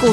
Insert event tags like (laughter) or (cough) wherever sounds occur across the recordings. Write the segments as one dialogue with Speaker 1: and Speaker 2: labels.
Speaker 1: 股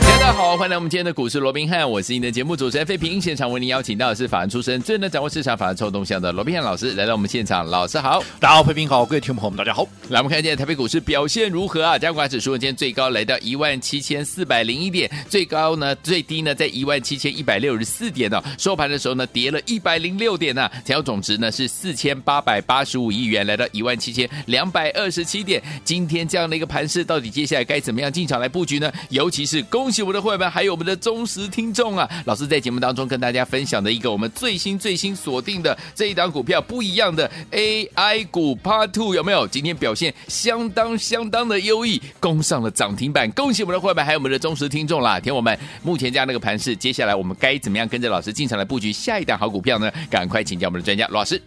Speaker 2: 大家好，欢迎来我们今天的股市罗宾汉，我是你的节目主持人费平。现场为您邀请到的是法案出身、最能掌握市场法案臭动向的罗宾汉老师来到我们现场，老师好。
Speaker 3: 大家好，佩平好，各位听众朋友们，大家好。
Speaker 2: 来，我们看一下台北股市表现如何啊？加权指数今天最高来到一万七千四百零一点，最高呢，最低呢在一万七千一百六十四点哦。收盘的时候呢，跌了一百零六点呐、成交总值呢是四千八百八十五亿元，来到一万七千两百二十七点。今天这样的一个盘势，到底接下来该怎么样进场来布局呢？尤其是恭喜我们的会员，还有我们的忠实听众啊！老师在节目当中跟大家分享的一个我们最新最新锁定的这一档股票不一样的 AI 股 Part Two 有没有？今天表现相当相当的优异，攻上了涨停板，恭喜我们的会员还有我们的忠实听众啦！听我们目前这样的一个盘势，接下来我们该怎么样跟着老师进场来布局下一档好股票呢？赶快请教我们的专家罗老师。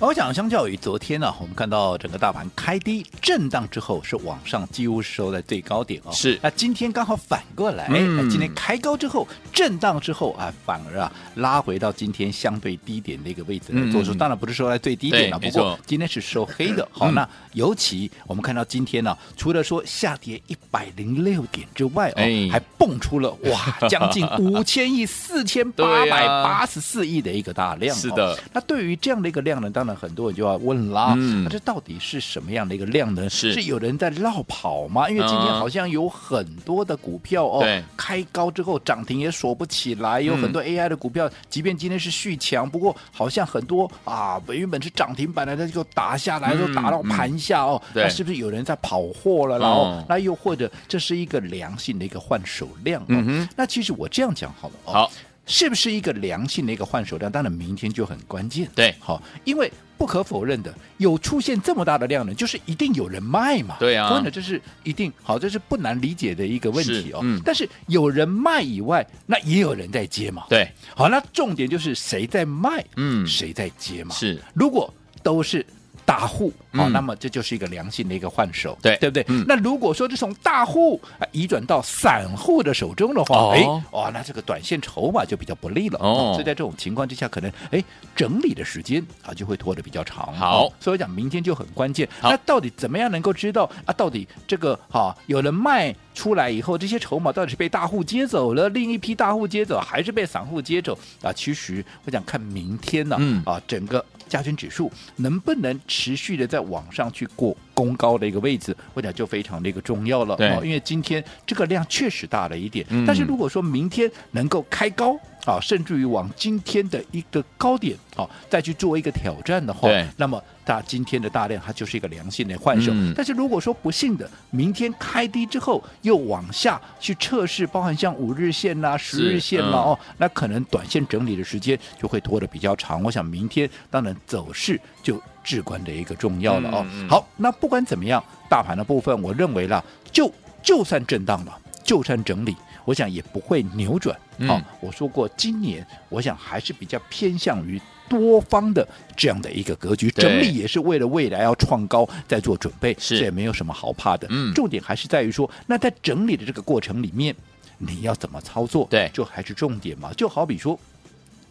Speaker 3: 我想，相较于昨天呢、我们看到整个大盘开低震荡之后是往上，几乎是收在最高点哦。
Speaker 2: 是
Speaker 3: 那今天刚好反过来，
Speaker 2: 嗯
Speaker 3: 那今天开高之后震荡之后啊，反而啊拉回到今天相对低点的一个位置
Speaker 2: 嗯
Speaker 3: 来做出。当然不是收在最低点
Speaker 2: 对
Speaker 3: 了，不
Speaker 2: 没错嗯
Speaker 3: 过今天是收黑的。好，那尤其我们看到今天呢、除了说下跌一百零六点之外哦，
Speaker 2: 哎
Speaker 3: 还蹦出了哇将近五千亿、四千八
Speaker 2: 对
Speaker 3: 百
Speaker 2: 呀
Speaker 3: 八十四亿的一个大量、
Speaker 2: (laughs)
Speaker 3: 哦。
Speaker 2: 是的。
Speaker 3: 那对于这样的一个量能，当然很多人就要问啦，
Speaker 2: 嗯
Speaker 3: 那这到底是什么样的一个量能？
Speaker 2: 是
Speaker 3: 有人在绕跑吗？因为今天
Speaker 2: 嗯
Speaker 3: 好像有很多的股票哦
Speaker 2: 对，
Speaker 3: 开高之后涨停也锁不起来，有
Speaker 2: 嗯
Speaker 3: 很多 AI 的股票，即便今天是续强，不过好像很多啊，原本是涨停板的，它就打下来，
Speaker 2: 嗯
Speaker 3: 都打到盘下哦。
Speaker 2: 对
Speaker 3: 那是不是有人在跑货了？然后
Speaker 2: 哦，
Speaker 3: 那又或者这是一个良性的一个换手量
Speaker 2: 嗯
Speaker 3: 哦
Speaker 2: 哼？
Speaker 3: 那其实我这样讲好了哦。
Speaker 2: 好，
Speaker 3: 是不是一个良性的一个换手量？当然，明天就很关键。
Speaker 2: 对
Speaker 3: 好，因为不可否认的，有出现这么大的量呢，就是一定有人卖嘛。
Speaker 2: 对啊
Speaker 3: 所以呢，这是一定好，这是不难理解的一个问题
Speaker 2: 是
Speaker 3: 哦。
Speaker 2: 嗯
Speaker 3: 但是有人卖以外，那也有人在接嘛。，
Speaker 2: 对，
Speaker 3: 好，那重点就是谁在卖，
Speaker 2: 嗯
Speaker 3: 谁在接嘛。
Speaker 2: 是
Speaker 3: 如果都是大户，好、
Speaker 2: 嗯
Speaker 3: 那么这就是一个良性的一个换手，
Speaker 2: 对
Speaker 3: 对不对？
Speaker 2: 嗯
Speaker 3: 那如果说是从大户啊移转到散户的手中的
Speaker 2: 哦
Speaker 3: 话，哎、哦，那这个短线筹码就比较不利了。
Speaker 2: 哦
Speaker 3: 所以在这种情况之下，可能哎整理的时间啊就会拖得比较长。
Speaker 2: 好
Speaker 3: 哦所以我讲明天就很关键。
Speaker 2: 好
Speaker 3: 那到底怎么样能够知道啊？到底这个哈、有人卖出来以后，这些筹码到底是被大户接走了，另一批大户接走，还是被散户接走啊？其实我想看明天呢、
Speaker 2: 嗯
Speaker 3: 啊，整个加权指数能不能持续的在往上去过攻高的一个位置，我讲就非常的一个重要了。
Speaker 2: 对
Speaker 3: 哦因为今天这个量确实大了一点，
Speaker 2: 嗯
Speaker 3: 但是如果说明天能够开高。啊，甚至于往今天的一个高点，啊，再去做一个挑战的话
Speaker 2: 对，
Speaker 3: 那么它今天的大量它就是一个良性的换手。
Speaker 2: 嗯
Speaker 3: 但是如果说不幸的，明天开低之后又往下去测试，包含像五日线啦、啊十日线啦、
Speaker 2: 嗯
Speaker 3: 哦，那可能短线整理的时间就会拖得比较长。我想明天当然走势就至关的一个重要了哦。
Speaker 2: 嗯嗯嗯
Speaker 3: 好，那不管怎么样，大盘的部分，我认为啦，就就算震荡了，就算整理，我想也不会扭转。
Speaker 2: 嗯
Speaker 3: 好、我说过，今年我想还是比较偏向于多方的这样的一个格局，
Speaker 2: 对
Speaker 3: 整理也是为了未来要创高在做准备，
Speaker 2: 是
Speaker 3: 这也没有什么好怕的。
Speaker 2: 嗯
Speaker 3: 重点还是在于说，那在整理的这个过程里面，你要怎么操作？
Speaker 2: 对
Speaker 3: 就还是重点嘛。就好比说。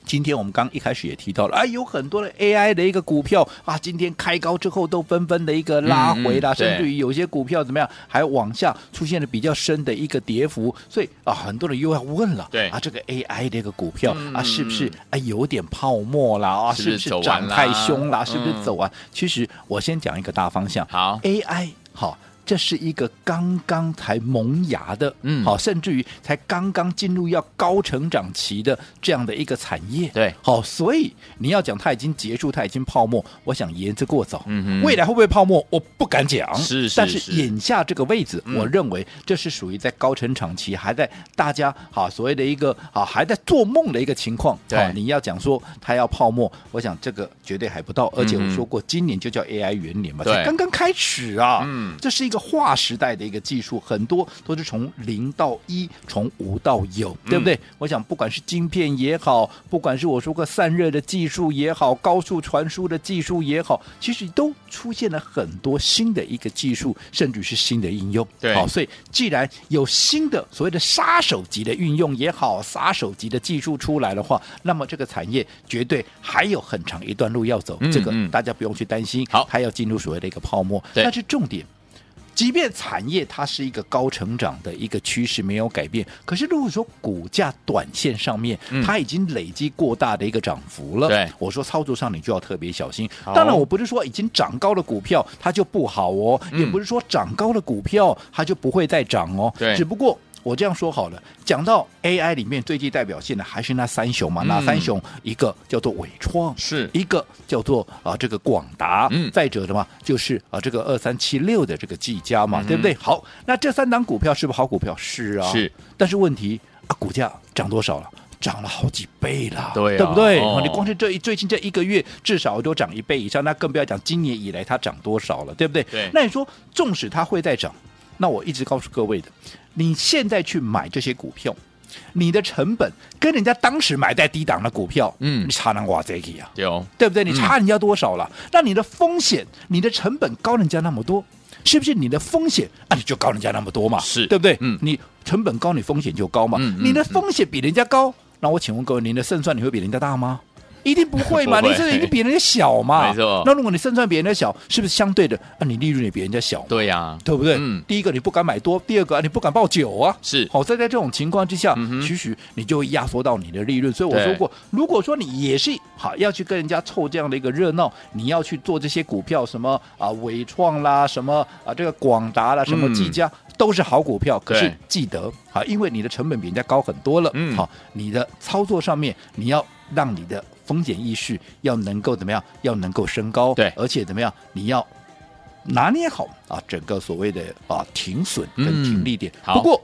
Speaker 3: 今天我们刚一开始也提到了，啊，有很多的 AI 的一个股票啊，今天开高之后都纷纷的一个拉回啦，
Speaker 2: 嗯嗯
Speaker 3: 甚至
Speaker 2: 对
Speaker 3: 于有些股票怎么样，还往下出现了比较深的一个跌幅，所以啊，很多人又要问了，
Speaker 2: 对
Speaker 3: 啊，这个 AI 的一个股票、
Speaker 2: 嗯
Speaker 3: 啊，是不
Speaker 2: 嗯
Speaker 3: 是啊有点泡沫啦？啊，
Speaker 2: 是不是
Speaker 3: 是不是
Speaker 2: 走完
Speaker 3: 涨
Speaker 2: 啦
Speaker 3: 太凶啦？
Speaker 2: 嗯
Speaker 3: 是不是走啊？其实我先讲一个大方向，
Speaker 2: 好，
Speaker 3: AI 好。这是一个刚刚才萌芽的，
Speaker 2: 嗯
Speaker 3: 好，甚至于才刚刚进入要高成长期的这样的一个产业，
Speaker 2: 对
Speaker 3: 好，所以你要讲它已经结束，它已经泡沫，我想言之过早，
Speaker 2: 嗯哼
Speaker 3: 未来会不会泡沫，我不敢讲，
Speaker 2: 是是
Speaker 3: 但
Speaker 2: 是
Speaker 3: 是眼下这个位置，
Speaker 2: 嗯
Speaker 3: 我认为这是属于在高成长期，还在大家啊所谓的一个啊还在做梦的一个情况，
Speaker 2: 对
Speaker 3: 啊你要讲说它要泡沫，我想这个绝对还不到，而且
Speaker 2: 嗯
Speaker 3: 我
Speaker 2: 哼
Speaker 3: 说过，今年就叫 AI 元年嘛，
Speaker 2: 对
Speaker 3: 才刚刚开始啊，
Speaker 2: 嗯
Speaker 3: 这是一个划时代的一个技术，很多都是从零到一，从无到有，
Speaker 2: 嗯
Speaker 3: 对不对？我想不管是晶片也好，不管是我说过散热的技术也好，高速传输的技术也好，其实都出现了很多新的一个技术，甚至是新的应用。
Speaker 2: 对
Speaker 3: 好，所以既然有新的所谓的杀手级的运用也好，杀手级的技术出来的话，那么这个产业绝对还有很长一段路要走，
Speaker 2: 嗯
Speaker 3: 这个
Speaker 2: 嗯
Speaker 3: 大家不用去担心。
Speaker 2: 好
Speaker 3: 还要进入所谓的一个泡沫，
Speaker 2: 对
Speaker 3: 但是重点。即便产业它是一个高成长的一个趋势没有改变，可是如果说股价短线上面、
Speaker 2: 嗯
Speaker 3: 它已经累积过大的一个涨幅了，
Speaker 2: 对
Speaker 3: 我说操作上你就要特别小心。
Speaker 2: 好
Speaker 3: 当然，我不是说已经涨高的股票它就不好哦，
Speaker 2: 嗯
Speaker 3: 也不是说涨高的股票它就不会再涨哦，
Speaker 2: 对
Speaker 3: 只不过。我这样说好了，讲到 AI 里面最具代表性的还是那三雄嘛，
Speaker 2: 嗯
Speaker 3: 那三雄一个叫做伟创，
Speaker 2: 是
Speaker 3: 一个叫做啊这个广达，
Speaker 2: 嗯
Speaker 3: 再者的嘛就是啊这个二三七六的这个技嘉嘛，
Speaker 2: 嗯哼
Speaker 3: 对不对？好，那这三档股票是不是好股票？是啊，
Speaker 2: 是。
Speaker 3: 但是问题啊，股价涨多少了？涨了好几倍了，
Speaker 2: 对啊
Speaker 3: 不对？
Speaker 2: 哦
Speaker 3: 你光是这一最近这一个月至少都涨一倍以上，那更不要讲今年以来它涨多少了，对不对？
Speaker 2: 对
Speaker 3: 那你说，纵使它会再涨，那我一直告诉各位的，你现在去买这些股票，你的成本跟人家当时买在低档的股票，
Speaker 2: 嗯
Speaker 3: 你差能哇这个呀？
Speaker 2: 有
Speaker 3: 对不对？你
Speaker 2: 嗯
Speaker 3: 差人家多少了？那你的风险、你的成本高人家那么多，是不是你的风险啊你就高人家那么多嘛？
Speaker 2: 是
Speaker 3: 对不对？
Speaker 2: 嗯
Speaker 3: 你成本高，你风险就高嘛。
Speaker 2: 嗯嗯
Speaker 3: 你的风险比人家高，那我请问各位，你的胜算你会比人家大吗？一定不会
Speaker 2: (laughs)
Speaker 3: 嘛，
Speaker 2: 不会
Speaker 3: 你是一定比人家小嘛。
Speaker 2: 没错
Speaker 3: 那如果你胜算比人家小，是不是相对的啊？你利润也比人家小嘛
Speaker 2: 对呀，
Speaker 3: 对不对？
Speaker 2: 嗯
Speaker 3: 第一个你不敢买多，第二个啊你不敢报九啊。
Speaker 2: 是嗯
Speaker 3: 好，在在这种情况之下，
Speaker 2: 哼
Speaker 3: 其实你就会压缩到你的利润。所以我说
Speaker 2: 对
Speaker 3: 过，如果说你也是好要去跟人家凑这样的一个热闹，你要去做这些股票，什么啊伟创啦，什么啊这个广达啦，什么
Speaker 2: 嗯
Speaker 3: 技嘉。都是好股票，可是
Speaker 2: 对
Speaker 3: 记得啊，因为你的成本比人家高很多了。
Speaker 2: 嗯
Speaker 3: 好，你的操作上面，你要让你的风险意识要能够怎么样？要能够升高。
Speaker 2: 对
Speaker 3: 而且怎么样？你要拿捏好啊，整个所谓的啊停损跟停利点。
Speaker 2: 嗯好
Speaker 3: 不过，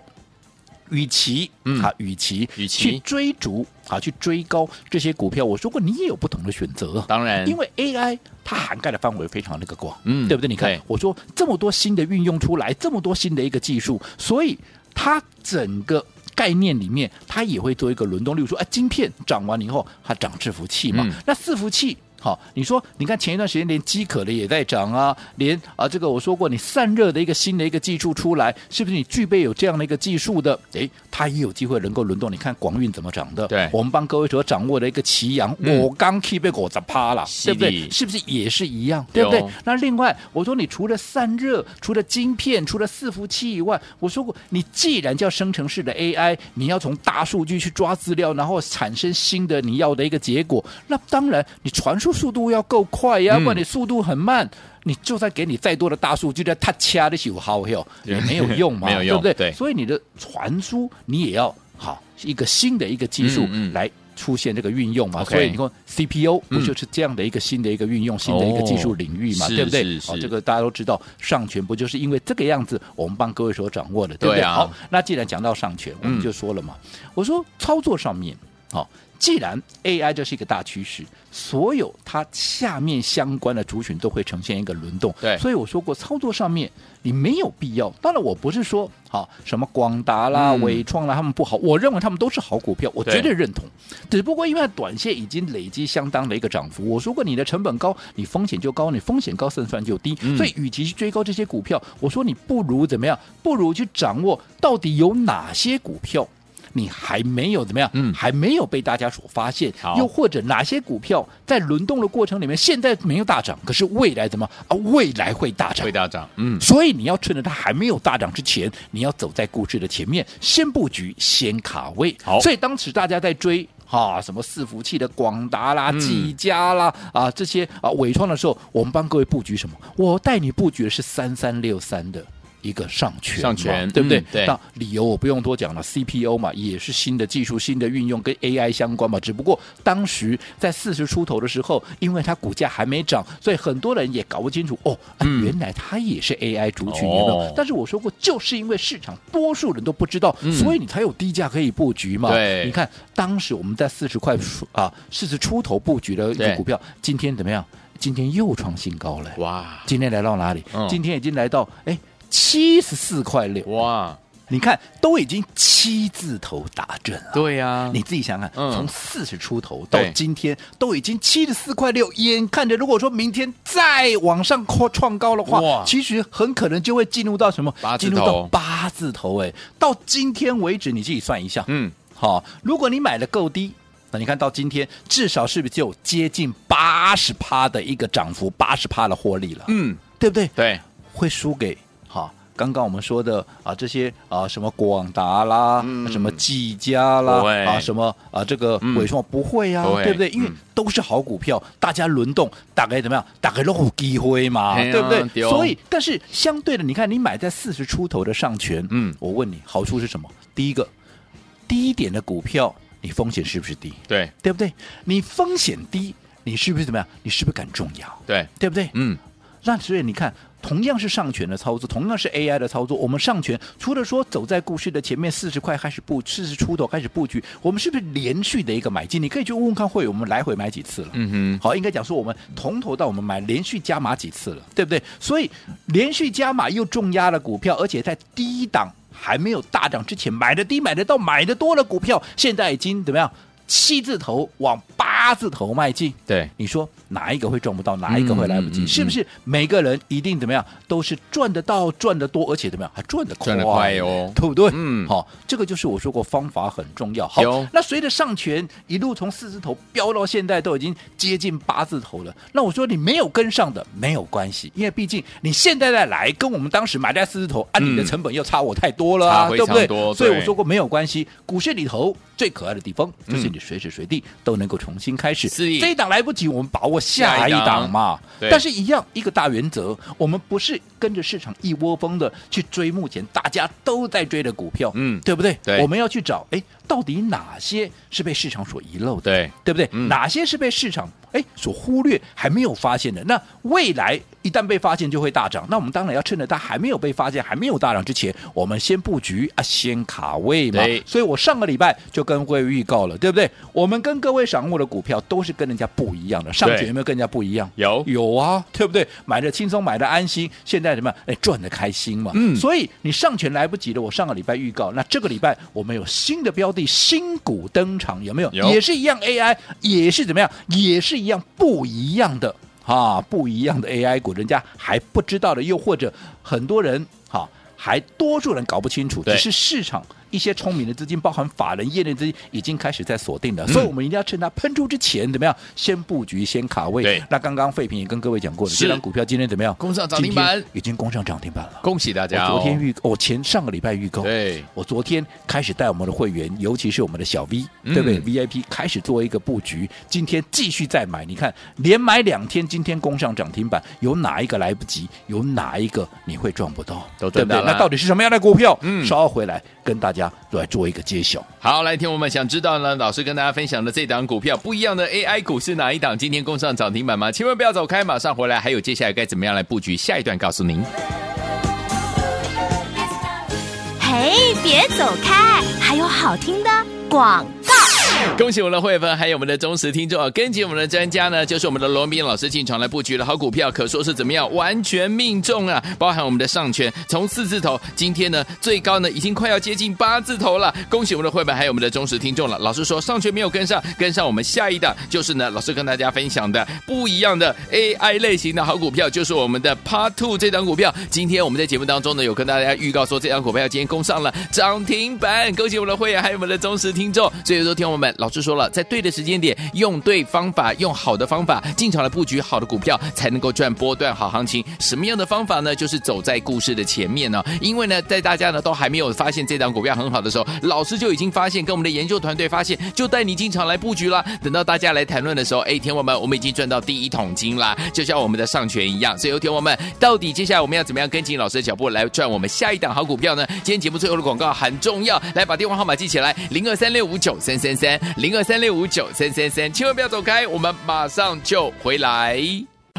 Speaker 3: 与其、
Speaker 2: 嗯
Speaker 3: 啊，与其
Speaker 2: 与其
Speaker 3: 去追逐啊，去追高这些股票，我说过你也有不同的选择啊。
Speaker 2: 当然，
Speaker 3: 因为 AI 它涵盖的范围非常那个广，
Speaker 2: 嗯
Speaker 3: 对不对？你看
Speaker 2: 对，
Speaker 3: 我说这么多新的运用出来，这么多新的一个技术，所以它整个。概念里面，它也会做一个轮动，例如说，哎，晶片涨完了以后，它涨伺服器嘛，
Speaker 2: 嗯
Speaker 3: 那伺服器。好，你说，你看前一段时间连机壳的也在涨啊，连啊这个我说过，你散热的一个新的一个技术出来，是不是你具备有这样的一个技术的？诶，它也有机会能够轮动。你看广运怎么涨的？
Speaker 2: 对
Speaker 3: 我们帮各位所掌握的一个奇阳，
Speaker 2: 嗯
Speaker 3: 我刚 keep 被我砸趴了，
Speaker 2: 是
Speaker 3: 对
Speaker 2: 的
Speaker 3: 不对？是不是也是一样？对不对
Speaker 2: 有？
Speaker 3: 那另外，我说你除了散热、除了晶片、除了伺服器以外，我说过，你既然叫生成式的 AI，你要从大数据去抓资料，然后产生新的你要的一个结果。那当然，你传输速度要够快呀，
Speaker 2: 嗯
Speaker 3: 不然你速度很慢。你就算给你再多的大数据，在它掐的有
Speaker 2: (laughs)
Speaker 3: 好哟，也没有用嘛，
Speaker 2: 没有
Speaker 3: 对
Speaker 2: 用
Speaker 3: 不对？
Speaker 2: 对
Speaker 3: 所以你的传输你也要好一个新的一个技术
Speaker 2: 嗯嗯
Speaker 3: 来出现这个运用嘛。
Speaker 2: OK
Speaker 3: 所以你看 CPU
Speaker 2: 嗯
Speaker 3: 不就是这样的一个新的一个运用，新的一个技术领域嘛，
Speaker 2: 哦
Speaker 3: 对不对？
Speaker 2: 是是
Speaker 3: 哦
Speaker 2: 是，
Speaker 3: 这个大家都知道，上权不就是因为这个样子，我们帮各位所掌握的，对不对？
Speaker 2: 对啊
Speaker 3: 好，那既然讲到上权，我
Speaker 2: 嗯
Speaker 3: 们就说了嘛，我说操作上面，好、既然 AI 这是一个大趋势，所有它下面相关的族群都会呈现一个轮动。
Speaker 2: 对
Speaker 3: 所以我说过，操作上面你没有必要。当然，我不是说好、什么广达啦、
Speaker 2: 嗯
Speaker 3: 伟创啦，他们不好，我认为他们都是好股票，我
Speaker 2: 对
Speaker 3: 绝对认同。只不过因为它短线已经累积相当的一个涨幅，我说过你的成本高，你风险就高，你风险高胜算就低。
Speaker 2: 嗯
Speaker 3: 所以，与其去追高这些股票，我说你不如怎么样？不如去掌握到底有哪些股票。你还没有怎么样？
Speaker 2: 嗯
Speaker 3: 还没有被大家所发现
Speaker 2: 好，
Speaker 3: 又或者哪些股票在轮动的过程里面，现在没有大涨，可是未来怎么啊？未来会大涨
Speaker 2: 会。大涨，嗯，
Speaker 3: 所以你要趁着它还没有大涨之前，你要走在故事的前面，先布局，先卡位。
Speaker 2: 好
Speaker 3: 所以当时大家在追。啊，什么伺服器的广达啦、
Speaker 2: 嗯
Speaker 3: 技嘉啦，啊这些啊伟创的时候，我们帮各位布局什么？我带你布局的是三三六三的一个上权嘛，
Speaker 2: 上权
Speaker 3: 对不对？
Speaker 2: 嗯对
Speaker 3: 那啊理由我不用多讲了，CPU 嘛，也是新的技术、新的运用，跟 AI 相关嘛。只不过当时在四十出头的时候，因为它股价还没涨，所以很多人也搞不清楚哦，啊
Speaker 2: 嗯
Speaker 3: 原来它也是 AI 主。族群
Speaker 2: 哦
Speaker 3: 有没有？但是我说过，就是因为市场多数人都不知道，
Speaker 2: 嗯
Speaker 3: 所以你才有低价可以布局嘛。
Speaker 2: 对
Speaker 3: 你看当时我们在四十块出啊四十出头布局的一
Speaker 2: 对
Speaker 3: 个股票，今天怎么样？今天又创新高了。
Speaker 2: 哇，
Speaker 3: 今天来到哪里？
Speaker 2: 嗯
Speaker 3: 今天已经来到哎。七十四块六，
Speaker 2: 哇，
Speaker 3: 你看都已经七字头打正了。
Speaker 2: 对呀，
Speaker 3: 你自己想想，
Speaker 2: 嗯
Speaker 3: 从四十出头到
Speaker 2: 对
Speaker 3: 今天都已经七十四块六，眼看着如果说明天再往上扩创高的
Speaker 2: 哇
Speaker 3: 话，其实很可能就会进入到什么？
Speaker 2: 八字头
Speaker 3: 进入到八字头哎！到今天为止，你自己算一下，
Speaker 2: 嗯，
Speaker 3: 好、如果你买的够低。那你看到今天，至少是不是就有接近八十趴的一个涨幅，八十趴的获利了，
Speaker 2: 嗯，
Speaker 3: 对不对？
Speaker 2: 对，
Speaker 3: 会输给哈、刚刚我们说的啊这些啊什么广达啦，
Speaker 2: 嗯
Speaker 3: 什么技嘉啦
Speaker 2: 不会，
Speaker 3: 啊什么啊这个
Speaker 2: 嗯
Speaker 3: 伟创不会呀、
Speaker 2: 不会
Speaker 3: 对不对？因为
Speaker 2: 嗯
Speaker 3: 都是好股票，大家轮动，大概怎么样？大概都有机会嘛，
Speaker 2: 嘿啊
Speaker 3: 对不
Speaker 2: 对
Speaker 3: 对？
Speaker 2: 哦
Speaker 3: 所以，但是相对的，你看你买在四十出头的上权，
Speaker 2: 嗯
Speaker 3: 我问你好处是什么？第一个，低一点的股票，你风险是不是低？
Speaker 2: 对，
Speaker 3: 对不对？你风险低，你是不是怎么样？你是不是敢重摇？
Speaker 2: 对，
Speaker 3: 对不对？
Speaker 2: 嗯，
Speaker 3: 那所以你看，同样是上权的操作，同样是 AI 的操作，我们上权除了说走在故事的前面四十块开始布，四十出头开始布局，我们是不是连续的一个买进？你可以去问问看会员，我们来回买几次了。
Speaker 2: 嗯哼，
Speaker 3: 好，应该讲说我们从头到我们买连续加码几次了，对不对？所以连续加码又重压了股票，而且在低档还没有大涨之前买的低、买的到、买的多的股票，现在已经怎么样？七字头往八字头迈进，
Speaker 2: 对，
Speaker 3: 你说哪一个会赚不到，哪一个会来不及？
Speaker 2: 嗯嗯嗯
Speaker 3: 是不是每个人一定怎么样都是赚得到、赚得多，而且怎么样还赚得快，
Speaker 2: 赚得快哦
Speaker 3: (laughs) 对不对？
Speaker 2: 嗯
Speaker 3: 好，这个就是我说过方法很重要。好
Speaker 2: 有，
Speaker 3: 那随着上权一路从四字头飙到现在，都已经接近八字头了。那我说你没有跟上的没有关系，因为毕竟你现在再来，跟我们当时买在四字头，按、啊、
Speaker 2: 嗯
Speaker 3: 你的成本又差我太多了、
Speaker 2: 差
Speaker 3: 啊，
Speaker 2: 非
Speaker 3: 对不对
Speaker 2: 常多？
Speaker 3: 所以
Speaker 2: 对
Speaker 3: 我说过没有关系，股市里头最可爱的地方就是
Speaker 2: 嗯
Speaker 3: 你随时随地都能够重新开始。
Speaker 2: 是
Speaker 3: 这一档来不及，我们把握下一档嘛。
Speaker 2: 对
Speaker 3: 但是，一样一个大原则，我们不是跟着市场一窝蜂的去追目前大家都在追的股票，
Speaker 2: 嗯
Speaker 3: 对不对？
Speaker 2: 对
Speaker 3: 我们要去找，哎，到底哪些是被市场所遗漏的？
Speaker 2: 对，
Speaker 3: 对不对？
Speaker 2: 嗯
Speaker 3: 哪些是被市场哎所忽略还没有发现的？那未来一旦被发现就会大涨，那我们当然要趁着它还没有被发现、还没有大涨之前，我们先布局啊，先卡位嘛
Speaker 2: 对。
Speaker 3: 所以我上个礼拜就跟各位预告了，对不对？我们跟各位掌握的股票都是跟人家不一样的，上
Speaker 2: 对
Speaker 3: 学有没有跟人家不一样？
Speaker 2: 有
Speaker 3: 有啊，对不对？买的轻松，买的安心，现在什么？哎，赚的开心嘛。
Speaker 2: 嗯
Speaker 3: 所以你上权来不及了，我上个礼拜预告，那这个礼拜我们有新的标的、新股登场，有没有？
Speaker 2: 有
Speaker 3: 也是一样 AI，也是怎么样？也是一样不一样的啊，不一样的 AI 股，人家还不知道的，又或者很多人哈、还多数人搞不清楚，
Speaker 2: 对
Speaker 3: 只是市场一些聪明的资金，包含法人、业内资金，已经开始在锁定了。所以，我们一定要趁它喷出之前，怎么样，先布局，先卡位。
Speaker 2: 对
Speaker 3: 那刚刚费平也跟各位讲过了，
Speaker 2: 是
Speaker 3: 这张股票今天怎么样？
Speaker 2: 攻上涨停板
Speaker 3: 今天已经攻上涨停板了。
Speaker 2: 恭喜大家
Speaker 3: 我
Speaker 2: 哦，
Speaker 3: 昨天预，我、前上个礼拜预告，
Speaker 2: 对，
Speaker 3: 我昨天开始带我们的会员，尤其是我们的小 V，、
Speaker 2: 嗯
Speaker 3: 对不对？VIP 开始做一个布局，今天继续再买。你看，连买两天，今天攻上涨停板，有哪一个来不及？有哪一个你会赚不到？
Speaker 2: 都
Speaker 3: 对
Speaker 2: 赚
Speaker 3: 不
Speaker 2: 到
Speaker 3: 对？
Speaker 2: 了
Speaker 3: 那到底是什么样的股票？
Speaker 2: 嗯
Speaker 3: 稍后回来跟大家来做一个揭晓。
Speaker 2: 好，来，听我们想知道呢，老师跟大家分享的这档股票不一样的 AI 股是哪一档？今天攻上涨停板吗？千万不要走开，马上回来，还有接下来该怎么样来布局？下一段告诉您。
Speaker 1: 嘿，别走开，还有好听的广告。
Speaker 2: 恭喜我们的会员，还有我们的忠实听众啊！跟紧我们的专家呢，就是我们的罗斌老师进场来布局的好股票，可说是怎么样完全命中啊！包含我们的上权从四字头，今天呢最高呢已经快要接近八字头了。恭喜我们的会员，还有我们的忠实听众了。老师说上权没有跟上，跟上我们下一档就是呢，老师跟大家分享的不一样的 AI 类型的好股票，就是我们的 Part Two 这档股票。今天我们在节目当中呢有跟大家预告说这档股票今天攻上了涨停板，恭喜我们的会员，还有我们的忠实听众。所以说，听我们，老师说了，在对的时间点，用对方法，用好的方法进场来布局好的股票，才能够赚波段好行情。什么样的方法呢？就是走在故事的前面呢、因为呢，在大家呢都还没有发现这档股票很好的时候，老师就已经发现，跟我们的研究团队发现，就带你进场来布局啦。等到大家来谈论的时候，哎，天王们，我们已经赚到第一桶金啦，就像我们的上权一样。所以，有天王们，到底接下来我们要怎么样跟紧老师的脚步来赚我们下一档好股票呢？今天节目最后的广告很重要，来把电话号码记起来，零二三六五九三三三，零二三六五九三三三，千万不要走开，我们马上就回来。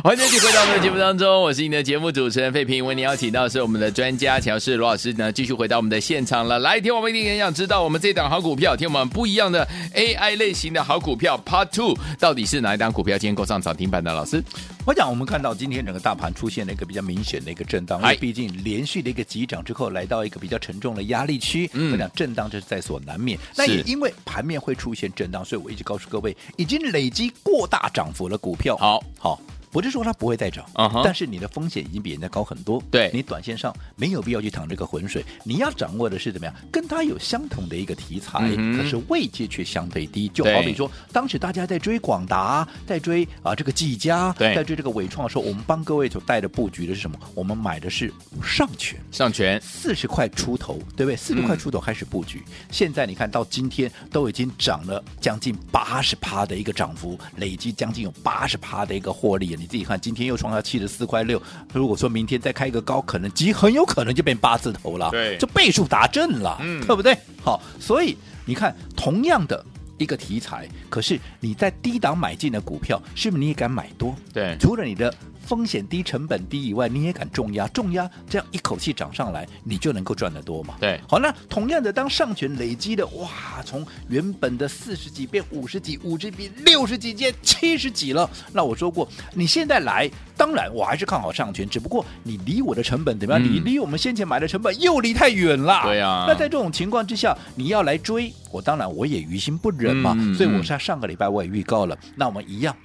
Speaker 2: 欢迎继续回到我们的节目当中，我是你的节目主持人费平，为您邀请到的是我们的专家乔氏罗老师呢，继续回到我们的现场了。来，听我们一定很想知道我们这档好股票，听我们不一样的 AI 类型的好股票 Part Two 到底是哪一档股票今天够上涨停板的？老师，
Speaker 3: 我讲，我们看到今天整个大盘出现了一个比较明显的一个震荡，因
Speaker 2: 哎
Speaker 3: 为毕竟连续的一个急涨之后，来到一个比较沉重的压力区，
Speaker 2: 嗯
Speaker 3: 我讲震荡这是在所难免。那也因为盘面会出现震荡，所以我一直告诉各位，已经累积过大涨幅的股票，
Speaker 2: 好
Speaker 3: 好。不是说它不会再涨
Speaker 2: 嗯哼
Speaker 3: 但是你的风险已经比人家高很多。
Speaker 2: 对
Speaker 3: 你短线上没有必要去淌这个浑水，你要掌握的是怎么样，跟它有相同的一个题材，
Speaker 2: 嗯哼
Speaker 3: 可是位阶却相对低。就
Speaker 2: 对
Speaker 3: 好比说，当时大家在追广达，在追啊这个技嘉，
Speaker 2: 对
Speaker 3: 在追这个伟创的时候，我们帮各位所带的布局的是什么？我们买的是上权。
Speaker 2: 上权
Speaker 3: 四十块出头，对不对？四十块出头开始布局，现在你看到今天都已经涨了将近八十趴的一个涨幅，累计将近有八十趴的一个获利。你自己看，今天又创下七十四块六，如果说明天再开一个高，可能极很有可能就变八字头了，
Speaker 2: 对
Speaker 3: 就倍数达阵了，
Speaker 2: 嗯
Speaker 3: 对不对？好，所以你看，同样的。一个题材，可是你在低档买进的股票，是不是你也敢买多？
Speaker 2: 对
Speaker 3: 除了你的风险低、成本低以外，你也敢重压，重压这样一口气涨上来，你就能够赚得多嘛？
Speaker 2: 对
Speaker 3: 好，那同样的，当上权累积的哇，从原本的四十几变五十几、五十几、六十几，变七十几了。那我说过，你现在来，当然我还是看好上权，只不过你离我的成本怎么样？
Speaker 2: 嗯
Speaker 3: 你离我们先前买的成本又离太远了。
Speaker 2: 对啊
Speaker 3: 那在这种情况之下，你要来追，我当然我也于心不忍嘛。
Speaker 2: 嗯
Speaker 3: 所以我在上个礼拜我也预告了，那我们一样。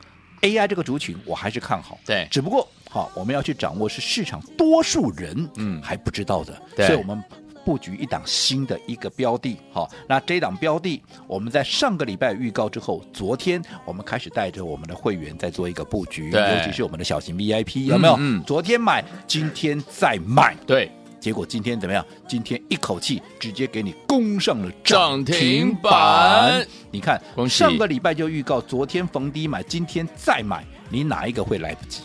Speaker 3: AI 这个族群，我还是看好。
Speaker 2: 对
Speaker 3: 只不过好，我们要去掌握是市场多数人
Speaker 2: 嗯
Speaker 3: 嗯还不知道的，
Speaker 2: 对
Speaker 3: 所以我们布局一档新的一个标的。好，那这档标的我们在上个礼拜预告之后，昨天我们开始带着我们的会员在做一个布局，
Speaker 2: 对
Speaker 3: 尤其是我们的小型 VIP 有没有？
Speaker 2: 嗯嗯
Speaker 3: 昨天买，今天再买。
Speaker 2: 对
Speaker 3: 结果今天怎么样？今天一口气直接给你攻上了
Speaker 2: 涨
Speaker 3: 涨
Speaker 2: 停
Speaker 3: 停
Speaker 2: 板
Speaker 3: 板。你看
Speaker 2: 恭，喜
Speaker 3: 上个礼拜就预告，昨天逢低买，今天再买，你哪一个会来不及？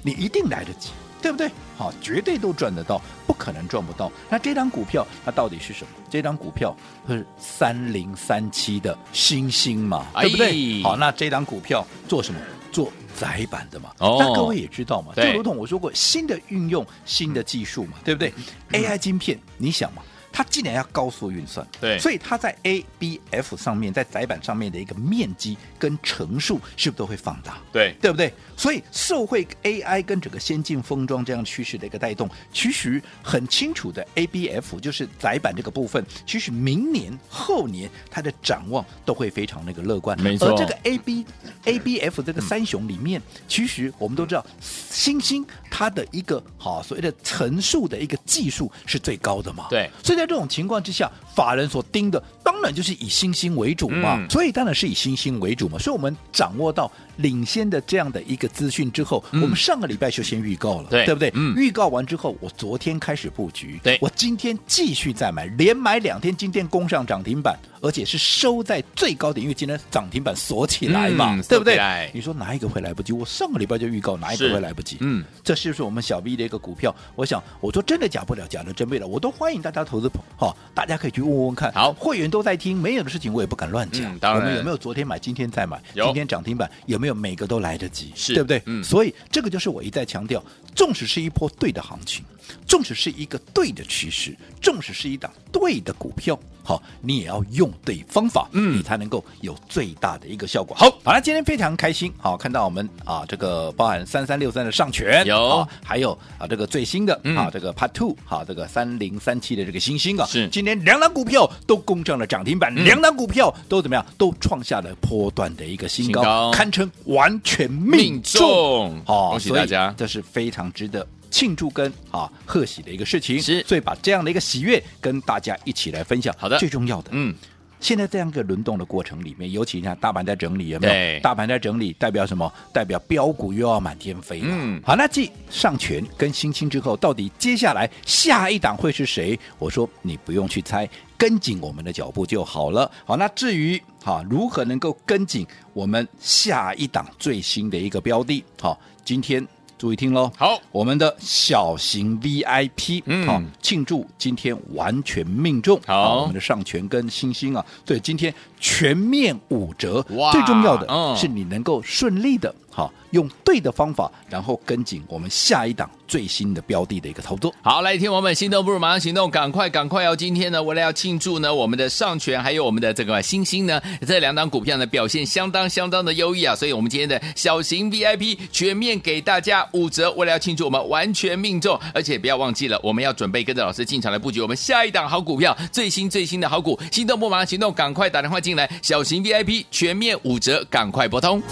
Speaker 3: 你一定来得及，对不对？好，绝对都赚得到，不可能赚不到。那这张股票它到底是什么？这张股票是三零三七的星星嘛，对不对？
Speaker 2: 哎
Speaker 3: 好，那这张股票做什么？做窄板的嘛。
Speaker 2: 哦
Speaker 3: 那各位也知道嘛，就
Speaker 2: 对
Speaker 3: 如同我说过，新的运用、新的技术嘛，对不对？AI 晶片，你想嘛，它既然要高速运算，
Speaker 2: 对
Speaker 3: 所以它在 A、B、F 上面，在载板上面的一个面积跟乘数是不是都会放大？
Speaker 2: 对
Speaker 3: 对不对？所以受惠 AI 跟整个先进封装这样趋势的一个带动，其实很清楚的 ABF 就是窄板这个部分，其实明年后年它的展望都会非常那个乐观。
Speaker 2: 没错嗯
Speaker 3: 而这个 AB ABF 这个三雄里面，其实我们都知道，星星它的一个好所谓的层数的一个技术是最高的嘛。
Speaker 2: 对
Speaker 3: 所以在这种情况之下，法人所盯的当然就是以星星为主嘛，
Speaker 2: 嗯
Speaker 3: 所以当然是以星星为主嘛。所以我们掌握到领先的这样的一个资讯之后，我们上个礼拜就先预告了，
Speaker 2: 嗯对
Speaker 3: 不对？
Speaker 2: 嗯
Speaker 3: 预告完之后，我昨天开始布局，
Speaker 2: 对
Speaker 3: 我今天继续再买，连买两天，今天攻上涨停板，而且是收在最高点，因为今天涨停板锁起来嘛，
Speaker 2: 嗯
Speaker 3: 对
Speaker 2: 锁
Speaker 3: 不对
Speaker 2: 起来？
Speaker 3: 你说哪一个会来不及？我上个礼拜就预告哪一
Speaker 2: 是
Speaker 3: 个会来不及，
Speaker 2: 嗯，
Speaker 3: 这是不是我们小 V 的一个股票？我想，我说真的假不了，假的真不了，我都欢迎大家投资朋哈、大家可以去问问看。
Speaker 2: 好
Speaker 3: 会员都在听，没有的事情我也不敢乱讲。
Speaker 2: 嗯当然
Speaker 3: 我们有没有昨天买，今天再买？
Speaker 2: 有
Speaker 3: 今天涨停板有没有每个都来得及？
Speaker 2: 是
Speaker 3: 对不对？
Speaker 2: 嗯
Speaker 3: 所以这个就是我一再强调，纵使是一波对的行情，纵使是一个对的趋势，纵使是一档对的股票，好，你也要用对方法，
Speaker 2: 嗯
Speaker 3: 你才能够有最大的一个效果。
Speaker 2: 好
Speaker 3: 好了，今天非常开心，好，看到我们啊这个包含三三六三的上权
Speaker 2: 有
Speaker 3: 啊还有啊这个最新的、
Speaker 2: 嗯
Speaker 3: 啊这个 Part Two，好这个三零三七的这个星星啊，
Speaker 2: 是
Speaker 3: 今天两档股票都攻上了涨停板，
Speaker 2: 嗯
Speaker 3: 两档股票都怎么样？都创下了波段的一个新
Speaker 2: 新高
Speaker 3: 高，堪称完全命
Speaker 2: 命
Speaker 3: 中。
Speaker 2: 中，
Speaker 3: 哦，
Speaker 2: 恭喜
Speaker 3: 所以
Speaker 2: 大家，
Speaker 3: 这是非常值得庆祝跟啊贺喜的一个事情。
Speaker 2: 是
Speaker 3: 所以把这样的一个喜悦跟大家一起来分享。
Speaker 2: 好的
Speaker 3: 最重要的，
Speaker 2: 嗯，
Speaker 3: 现在这样一个轮动的过程里面，尤其你看大盘在整理，有没
Speaker 2: 对
Speaker 3: 有？大盘在整理代表什么？代表标股又要满天飞了。
Speaker 2: 嗯
Speaker 3: 好，那继上权跟新青之后，到底接下来下一档会是谁？我说你不用去猜，跟紧我们的脚步就好了。好，那至于哈如何能够跟紧我们下一档最新的一个标的，好，今天注意听喽。
Speaker 2: 好
Speaker 3: 我们的小型 VIP，
Speaker 2: 嗯
Speaker 3: 好庆祝今天完全命中，
Speaker 2: 好
Speaker 3: 我们的上权跟星星啊，对，今天全面五折，
Speaker 2: 哇
Speaker 3: 最重要的
Speaker 2: 嗯
Speaker 3: 是你能够顺利的好，用对的方法，然后跟紧我们下一档最新的标的的一个操作。
Speaker 2: 好，来，听我们心动不如马上行动，赶快赶快哦！今天呢，为了要庆祝呢，我们的上权还有我们的这个星星呢，这两档股票呢表现相当相当的优异啊，所以我们今天的小型 VIP 全面给大家五折，为了要庆祝我们完全命中，而且不要忘记了，我们要准备跟着老师进场来布局我们下一档好股票，最新最新的好股，心动不如马上行动，赶快打电话进来，小型 VIP 全面五折，赶快拨通。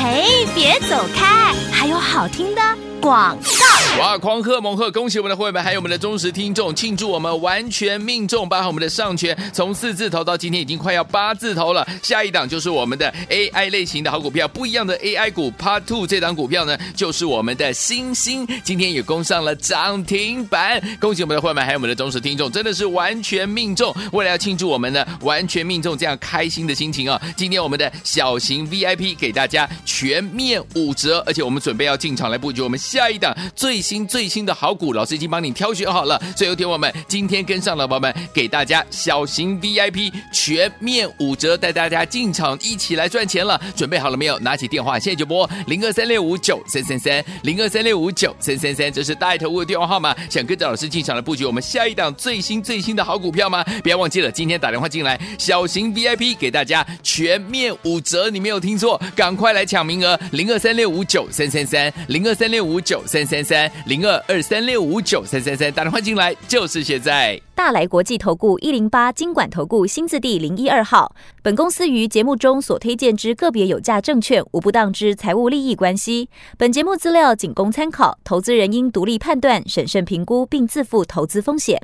Speaker 1: 嘿，别走开，还有好听的广告。
Speaker 2: 哇！狂贺猛贺，恭喜我们的会员，还有我们的忠实听众，庆祝我们完全命中，包含我们的上权从四字头到今天已经快要八字头了。下一档就是我们的 AI 类型的好股票，不一样的 AI 股 Part Two 这档股票呢，就是我们的星星，今天也攻上了涨停板。恭喜我们的会员，还有我们的忠实听众，真的是完全命中。为了要庆祝我们呢完全命中这样开心的心情啊、今天我们的小型 VIP 给大家全面五折，而且我们准备要进场来布局我们下一档最新最新的好股，老师已经帮你挑选好了。所以，有听我们今天跟上了，宝宝们给大家小型 VIP 全面五折，带大家进场一起来赚钱了。准备好了没有？拿起电话，现在就拨零二三六五九三三三零二三六五九三三三，这是大爱投顾的电话哦号码。想跟着老师进场来布局我们下一档最新最新的好股票吗？不要忘记了，今天打电话进来，小型 VIP 给大家全面五折，你没有听错，赶快来抢名额，零二三六五九三三三零二三六五九三三三零二二三六五九三三三，打电话进来就是现在。
Speaker 4: 大来国际投顾一零八金管投顾新字第零一二号。本公司于节目中所推荐之个别有价证券，无不当之财务利益关系。本节目资料仅供参考，投资人应独立判断、审慎评估，并自负投资风险。